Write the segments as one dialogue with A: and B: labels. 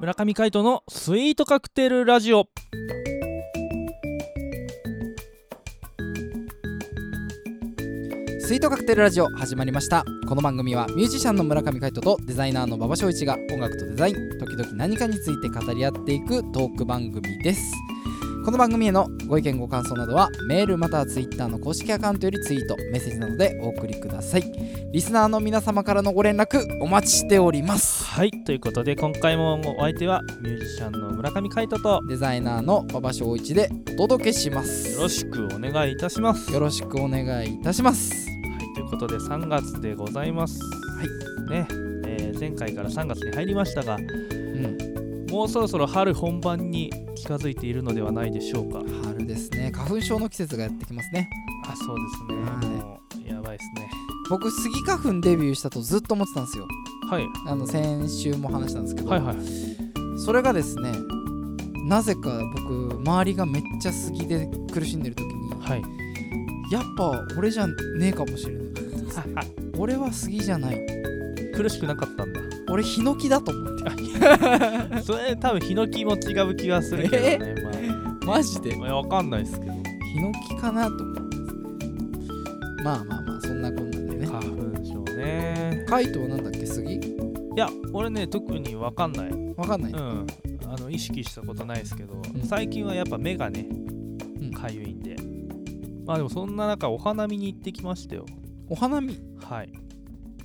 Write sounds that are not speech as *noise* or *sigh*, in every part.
A: 村上海人のスイートカクテルラジオ
B: スイートカクテルラジオ始まりましたこの番組はミュージシャンの村上海人とデザイナーの馬場翔一が音楽とデザイン時々何かについて語り合っていくトーク番組ですこの番組へのご意見ご感想などはメールまたはツイッターの公式アカウントよりツイートメッセージなどでお送りくださいリスナーの皆様からのご連絡お待ちしております
A: はいということで今回もお相手はミュージシャンの村上海人と
B: デザイナーの馬場翔一でお届けします
A: よろしくお願いいたします
B: よろしくお願いいたします
A: はいということで3月でございますはいね、えー前回から3月に入りましたが
B: うん
A: もうそろそろ春本番に近づいているのではないでしょうか
B: 春ですね花粉症の季節がやってきますね
A: あそうですね、
B: はい
A: もうやばいですね
B: 僕スギ花粉デビューしたとずっと思ってたんですよ
A: はい
B: あの先週も話したんですけど、
A: はいはい
B: それがですねなぜか僕周りがめっちゃスギで苦しんでる時に
A: *laughs* はい
B: やっぱ俺じゃねえかもしれない俺はスギじゃない
A: 苦しくなかったんだ
B: 俺ヒノキだと思って
A: それ多分ヒノキも違う気がするけど *laughs* ね、
B: マジで
A: まあ、わかんないですけど
B: ヒノキかなと思うんですねまあまあまあそんなこんなでね
A: 花粉症ね
B: カイトはなんだっけスギ
A: いや俺ね特にわかんない、うん、
B: わかんない、
A: あの意識したことないですけど、
B: ん
A: 最近はやっぱ目がね
B: ん
A: かゆいんで、まあでもそんな中お花見に行ってきましたよ
B: お花見
A: はい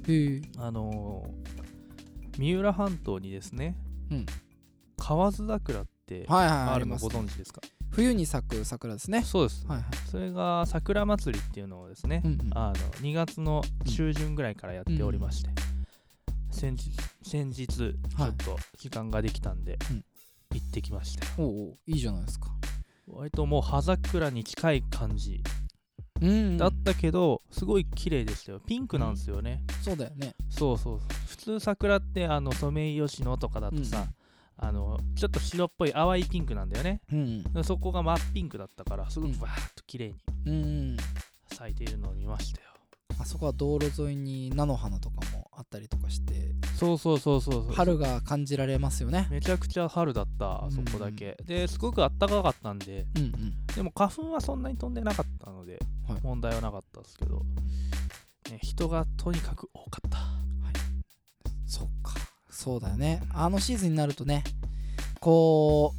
B: へえ
A: あのー三浦半島にですね、
B: うん
A: 河津桜って
B: はいはいはい
A: あ
B: あ
A: る
B: り
A: の
B: ま
A: ご
B: す
A: 存知ですか
B: 冬に咲く桜ですね
A: そうです
B: はいはい
A: それが桜祭りっていうのをですね、
B: うんうん
A: あの2月の中旬ぐらいからやっておりまして、先日先日ちょ
B: はい
A: っと時間ができたんで、
B: うん
A: 行ってきましたよ
B: おうおういいじゃないですか
A: 割ともう葉桜に近い感じ
B: うん
A: だったけど、すごい綺麗でしたよピンクなんですよね、
B: そうだよね
A: そうそうそう普通桜ってあのソメイヨシノとかだとさ、あのちょっと白っぽい淡いピンクなんだよね
B: うん
A: でそこが真っピンクだったからすご
B: う
A: く
B: ん
A: バーッと綺麗に
B: うんうん
A: 咲いているのを見ましたよ
B: あそこは道路沿いに菜の花とかもあったりとかして
A: そうそうそうそうそう
B: 春が感じられますよね
A: めちゃくちゃ春だったあそこだけ、ですごく暖かかったんで
B: うん
A: でも花粉はそんなに飛んでなかったので、
B: はい
A: 問題はなかったですけど、ね、人がとにかく多かった
B: うんそっかそうだよねあのシーズンになるとねこ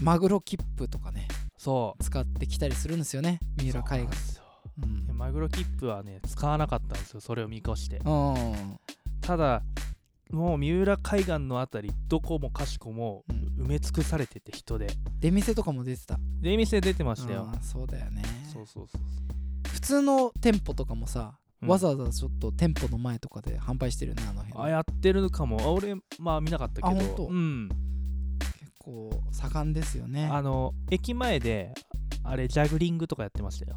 B: うマグロ切符とかね
A: そう
B: 使ってきたりするんですよね三浦海岸
A: そう
B: う
A: で
B: ん
A: マグロ切符はね使わなかったんですよそれを見越して
B: うん
A: ただもう三浦海岸のあたりどこもかしこも
B: うん
A: 埋め尽くされてて人で
B: 出店とかも出てた
A: 出店出てましたよ
B: あーそうだよね
A: そうそうそう
B: 普通の店舗とかもさ
A: うん
B: わざわざちょっと店舗の前とかで販売してるよねあの辺
A: あやってるかもあ俺まあ見なかったけど
B: あほんと
A: うん
B: 結構盛んですよね
A: あの駅前であれジャグリングとかやってましたよ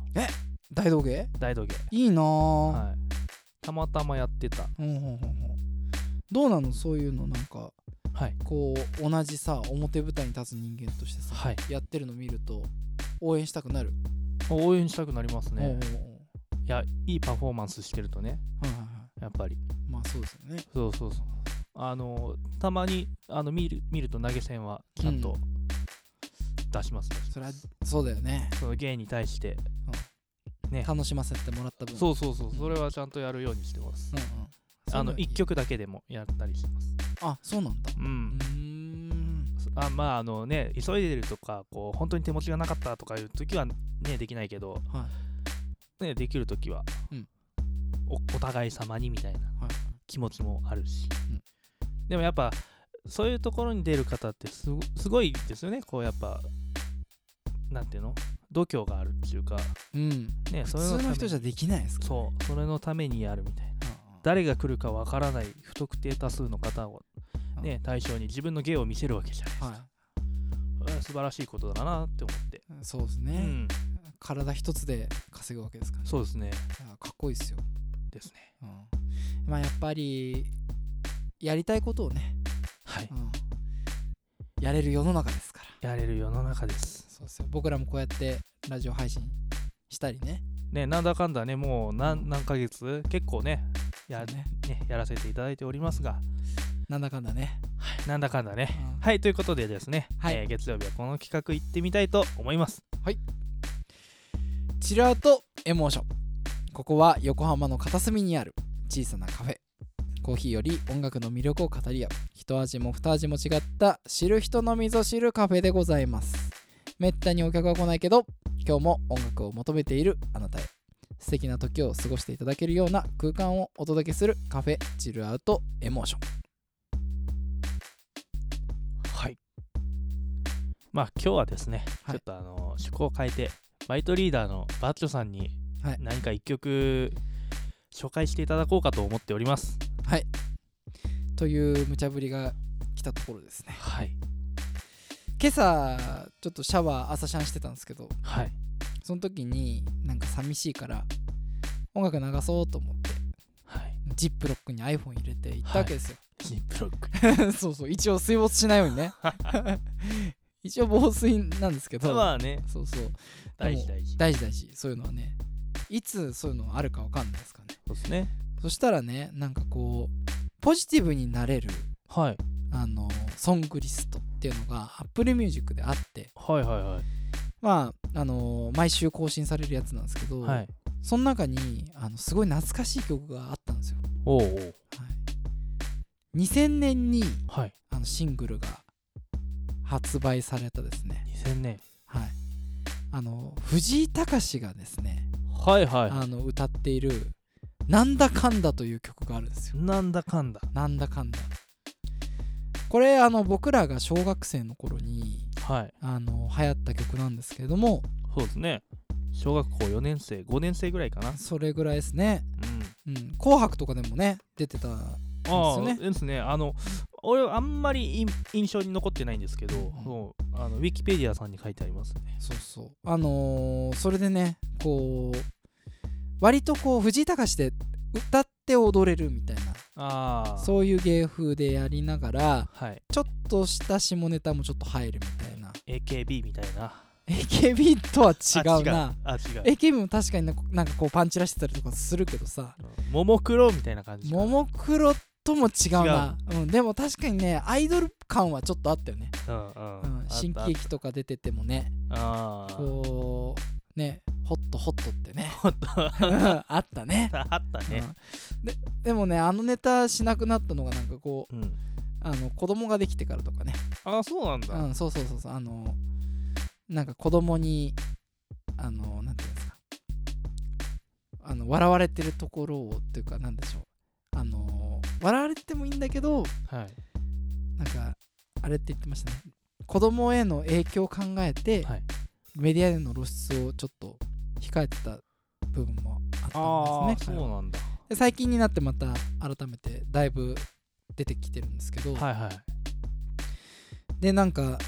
B: 大道芸
A: 大道芸
B: いいなあ、
A: はいたまたまやってた
B: うんうんうんうんどうなのそういうのなんか
A: はい
B: こう同じさ表舞台に立つ人間としてさ、
A: はい
B: やってるの見ると応援したくなる、
A: 応援したくなります
B: おうおう
A: ねい
B: お
A: やいいパフォーマンスしてるとね
B: うはいはいは
A: やっぱり
B: いまあそうですよね
A: そうそうそうあのたまにあの見る見ると投げ銭はちゃんと出しますね、
B: それはそうだよね
A: その芸に対して
B: 楽しませてもらった分
A: そうそうそうそれはちゃんとやるようにしてます、
B: うんうん、
A: あ
B: そういう
A: の
B: いい
A: 1曲だけでもやったりしてます
B: あそうなんだ
A: うん、
B: うーん
A: あまああのね急いでるとかこう本当に手持ちがなかったとかいう時はねできないけど、
B: は
A: ね、できる時は、
B: うん
A: おお互い様にみたいな
B: はい
A: 気持ちもあるし、
B: うん
A: でもやっぱそういうところに出る方ってすごすごいですよねこうやっぱなんていうの度胸があるっていうか、
B: うん
A: ね、
B: 普
A: それため
B: 通の人じゃできないですか
A: そうそれのためにやるみたいな
B: ら
A: 誰が来るかわからない不特定多数の方を、ね、対象に自分の芸を見せるわけじゃないです
B: うん
A: か、
B: うんは
A: うん素晴らしいことだなって思って、
B: いそうですね、
A: うん
B: 体一つで稼ぐわけですからね
A: そうですね
B: いやかっこいいですよ
A: ですね
B: うん、まあやっぱりやりたいことをね、
A: はい
B: うん、やれる世の中ですから
A: やれる世の中です
B: そうですよ僕らもこうやってラジオ配信したりね
A: ね、なんだかんだね、もう何何ヶ月、結構ねやねやらせていただいておりますが、
B: なんだかんだね、
A: なんだかんだね。
B: うん
A: はい、ということでですね、
B: はい
A: えー月曜日はこの企画行ってみたいと思います。
B: チルアウトエモーションここは横浜の片隅にある小さなカフェコーヒーより音楽の魅力を語り合う一味も二味も違った知る人のみぞ知るカフェでございますめったにお客は来ないけど今日も音楽を求めているあなたへ素敵な時を過ごしていただけるような空間をお届けするカフェチルアウトエモーション
A: はい。まあ今日はですね、
B: は
A: ちょ
B: い
A: っとあの趣向を変えて、バイトリーダーのバッチョさんに
B: はい
A: 何か一曲紹介していただこうかと思っております。
B: はいという無茶ぶりが来たところですね
A: はい。
B: 今朝ちょっとシャワー朝シャンしてたんですけど
A: はい。
B: その時になんか寂しいから音楽流そうと思って
A: はい。
B: ジップロックに iPhone 入れて行ったわけですよ、
A: ジップロック。
B: *laughs* そうそう一応水没しないようにね一応防水なんですけど、
A: *laughs* まあね、
B: そうそう
A: 大事大事。
B: 大事大事そういうのはねいつそういうのあるかわかんないですからね
A: そうですね。
B: そしたらねなんかこうポジティブになれる
A: はい。
B: あのソングリストっていうのが Apple Music であって
A: はいはいはい。
B: まああの毎週更新されるやつなんですけど、
A: はい。
B: その中にあのすごい懐かしい曲があったんですよ。
A: おうおう。
B: はい、2000年に
A: はい。
B: あのシングルが発売されたですね、
A: 2000年。
B: はい、あの藤井隆がですね、
A: はいは
B: あの歌っている「なんだかんだ」という曲があるんですよ
A: い。。なんだかんだ。
B: なんだかんだこれあの僕らが小学生の頃に
A: はい。
B: あの流行った曲なんですけれども
A: そうですね。小学校4年生、5年生ぐらいかな。
B: それぐらいですね
A: うん。
B: 「うん、紅白」とかでもね出てた
A: ああ
B: ですよね
A: ですね。あの、俺はあんまり印印象に残ってないんですけど、
B: うん
A: そうあのウィキペディアさんに書いてありますね。
B: そうそうあのーそれでねこう割とこう藤井隆で歌って踊れるみたいな
A: ああ、う。
B: そういう芸風でやりながら
A: はい。
B: ちょっとした下ネタもちょっと入るみたいな
A: AKB みたいな。
B: AKB とは違う
A: あ
B: な。
A: あ、違う。
B: AKB も確かになんかなんかこうパンチらしてたりとかするけどさ
A: うんももクロみたいな感じかな。
B: ももクロとも違うなうん、でも確かにねアイドル感はちょっとあったよね、
A: うんうん。
B: う
A: あ
B: ん
A: っ、た
B: 新喜劇とか出ててもね
A: あったあ
B: こうねホットホットってね
A: ー。
B: あった
A: *laughs*
B: ね
A: あったね。
B: うんででもねあのネタしなくなったのがなんかこう
A: うん。
B: あの子供ができてからとかね、
A: ああ、そうなん
B: う
A: だ。
B: ん、そうそうそうそうあのなんか子供にあのなんていうんですかあの笑われてるところをっていうかなんでしょうあの笑われてもいいんだけど
A: はい。
B: なんかあれって言ってましたね子供への影響を考えて、
A: はい。
B: メディアでの露出をちょっと控えてた部分もあ
A: あ
B: ったん
A: あ、
B: です
A: そ
B: ね彼は
A: うなんだ。
B: で最近になってまた改めてだいぶ出てきてるんですけど、
A: はいはい。
B: でなんか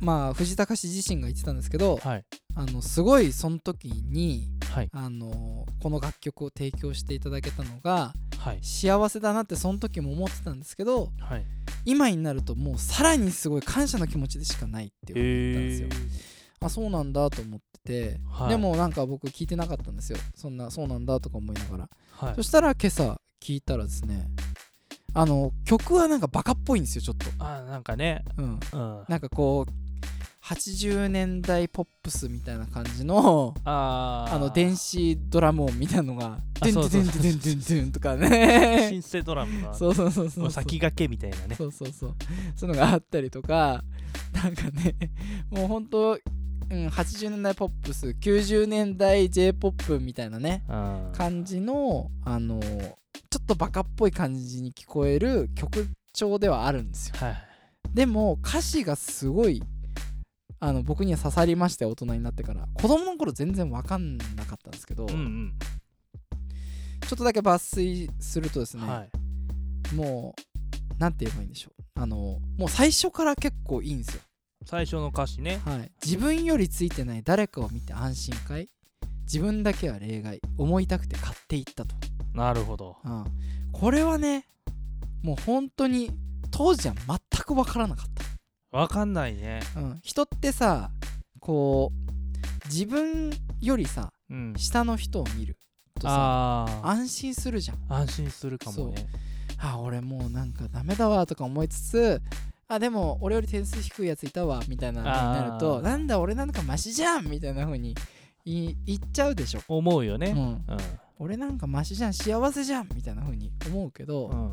B: まあ藤隆自身が言ってたんですけど、
A: はい。
B: あのすごいその時に
A: はい。
B: あのこの楽曲を提供していただけたのが
A: はい。
B: 幸せだなってその時も思ってたんですけど
A: はい。
B: 今になるともうさらにすごい感謝の気持ちでしかないってい
A: へえ。
B: う、あそうなんだと思ってて、
A: はい
B: でもなんか僕聞いてなかったんですよそんなそうなんだとか思いながら
A: はい
B: そ。したら今朝聞いたらですねあの曲はなんかバカっぽいんですよちょっ
A: ああ、なんかね。
B: と、うん、
A: うん。
B: なんかこう80年代ポップスみたいな感じの
A: あー
B: あの電子ドラム音みたいなのが「
A: あ
B: ドゥンド
A: そうそう
B: ゥンドゥンドゥンドゥンドゥン」とか
A: *laughs*
B: ね
A: シンセドラムが
B: そうそうそうそう
A: 先駆けみたいなね
B: *laughs* そうそうそうそういうのがあったりとかなんかねもうほんと、うん、80年代ポップス90年代 j p o p みたいなね
A: うん
B: 感じのあのちょっとバカっぽい感じに聞こえる曲調ではあるんですよ
A: はい
B: でも歌詞がすごいあの僕には刺さりまして大人になってから子供の頃全然分かんなかったんですけど、
A: うん
B: ちょっとだけ抜粋するとです
A: うん
B: ね、
A: はい
B: もうなんて言えばいいんでしょうあのもう最初から結構いいんですよ、
A: 最初の歌詞ね
B: はい、自分よりついてない誰かを見て安心かい自分だけは例外思いたくて買っていったと、
A: なるほど
B: うん、これはねもう本当に当時は全く分からなかった
A: わかんないね
B: うん、人ってさこう自分よりさ
A: うん、
B: 下の人を見るとさ
A: あ
B: 安心するじゃん
A: あ安心するかもね
B: あ俺もうなんかダメだわとか思いつつあでも俺より点数低いやついたわみたいな風になる
A: あ
B: と
A: ー
B: なんだ俺なんかマシじゃんみたいな風にい言っちゃうでしょ、
A: 思うよ
B: う
A: ね
B: ん、
A: うん、
B: 俺なんかマシじゃん幸せじゃんみたいな風に思うけど、
A: うん、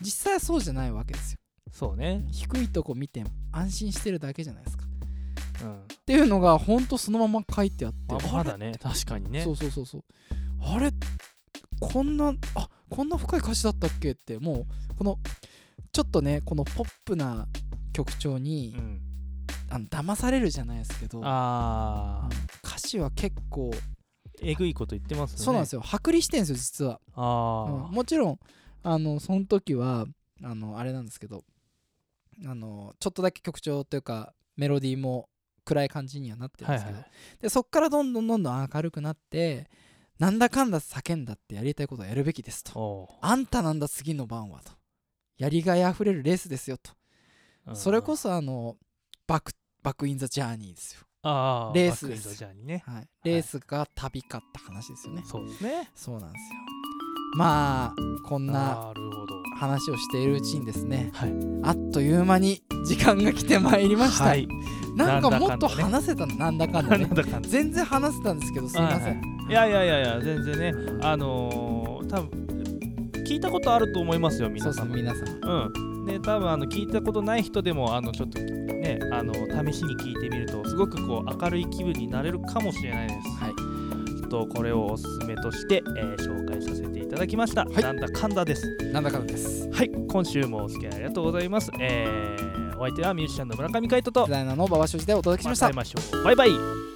B: 実際はそうじゃないわけですよ
A: そうね
B: 低いとこ見て安心してるだけじゃないですかっ
A: うん
B: ていうのがほんとそのまま書いてあって
A: まあ
B: あ
A: ま
B: れ
A: だね確かにね
B: そうそうそうそうあれこんなあこんな深い歌詞だったっけってもうこのちょっとねこのポップな曲調に、
A: うん、
B: あの騙されるじゃないですけど、
A: あ
B: うん
A: ー
B: 歌詞は結構
A: えぐいこと言ってますよね
B: そうなんですよ剥離してんですよ実は、
A: あ
B: うん
A: ー
B: もちろんあのその時はあのあれなんですけどあのちょっとだけ曲調というかメロディーも暗い感じにはなってるん
A: はい
B: で
A: は
B: すけ
A: い
B: ど、でそっからどんどんどんどん明るくなってなんだかんだ叫んだってやりたいことをやるべきですと
A: おう
B: あんたなんだ次の番はとやりがいあふれるレースですよと、
A: うん
B: それこそあのバックバックインザジャーニーですよ、
A: あー
B: レース
A: バックイン
B: です
A: ドジャーニーね
B: はい、レースが旅かって話ですよね、
A: そうですね
B: そうなんですよまあこんな
A: なるほど
B: 話をしているうちにですね
A: はい
B: あっという間に時間が来てまいりました、
A: はい
B: なんか
A: なんだ
B: も
A: か
B: っ
A: ん
B: と
A: だね
B: 話せたのなんだかん
A: な
B: だ
A: ん
B: *laughs* ね
A: だかんだ
B: 全然話せたんですけどすいません、
A: いやいやいやいや全然ねあのー、多分聞いたことあると思いますよ
B: そ
A: 皆
B: うそ
A: さ
B: うん
A: も
B: 皆さん
A: うんね多分あの聞いたことない人でもあのちょっとねあの試しに聞いてみるとすごくこう明るい気分になれるかもしれないです
B: はい
A: ちょっとこれをおすすめとして、えー紹介させていただきました、
B: い
A: なんだかんだです
B: なんだかんだです
A: はい今週もお付き合いありがとうございますえー、お相手はミュージシャンの村上海人と
B: デザイナーの馬場所持でお届けしま
A: ま
B: した
A: 会いましょうバイバイ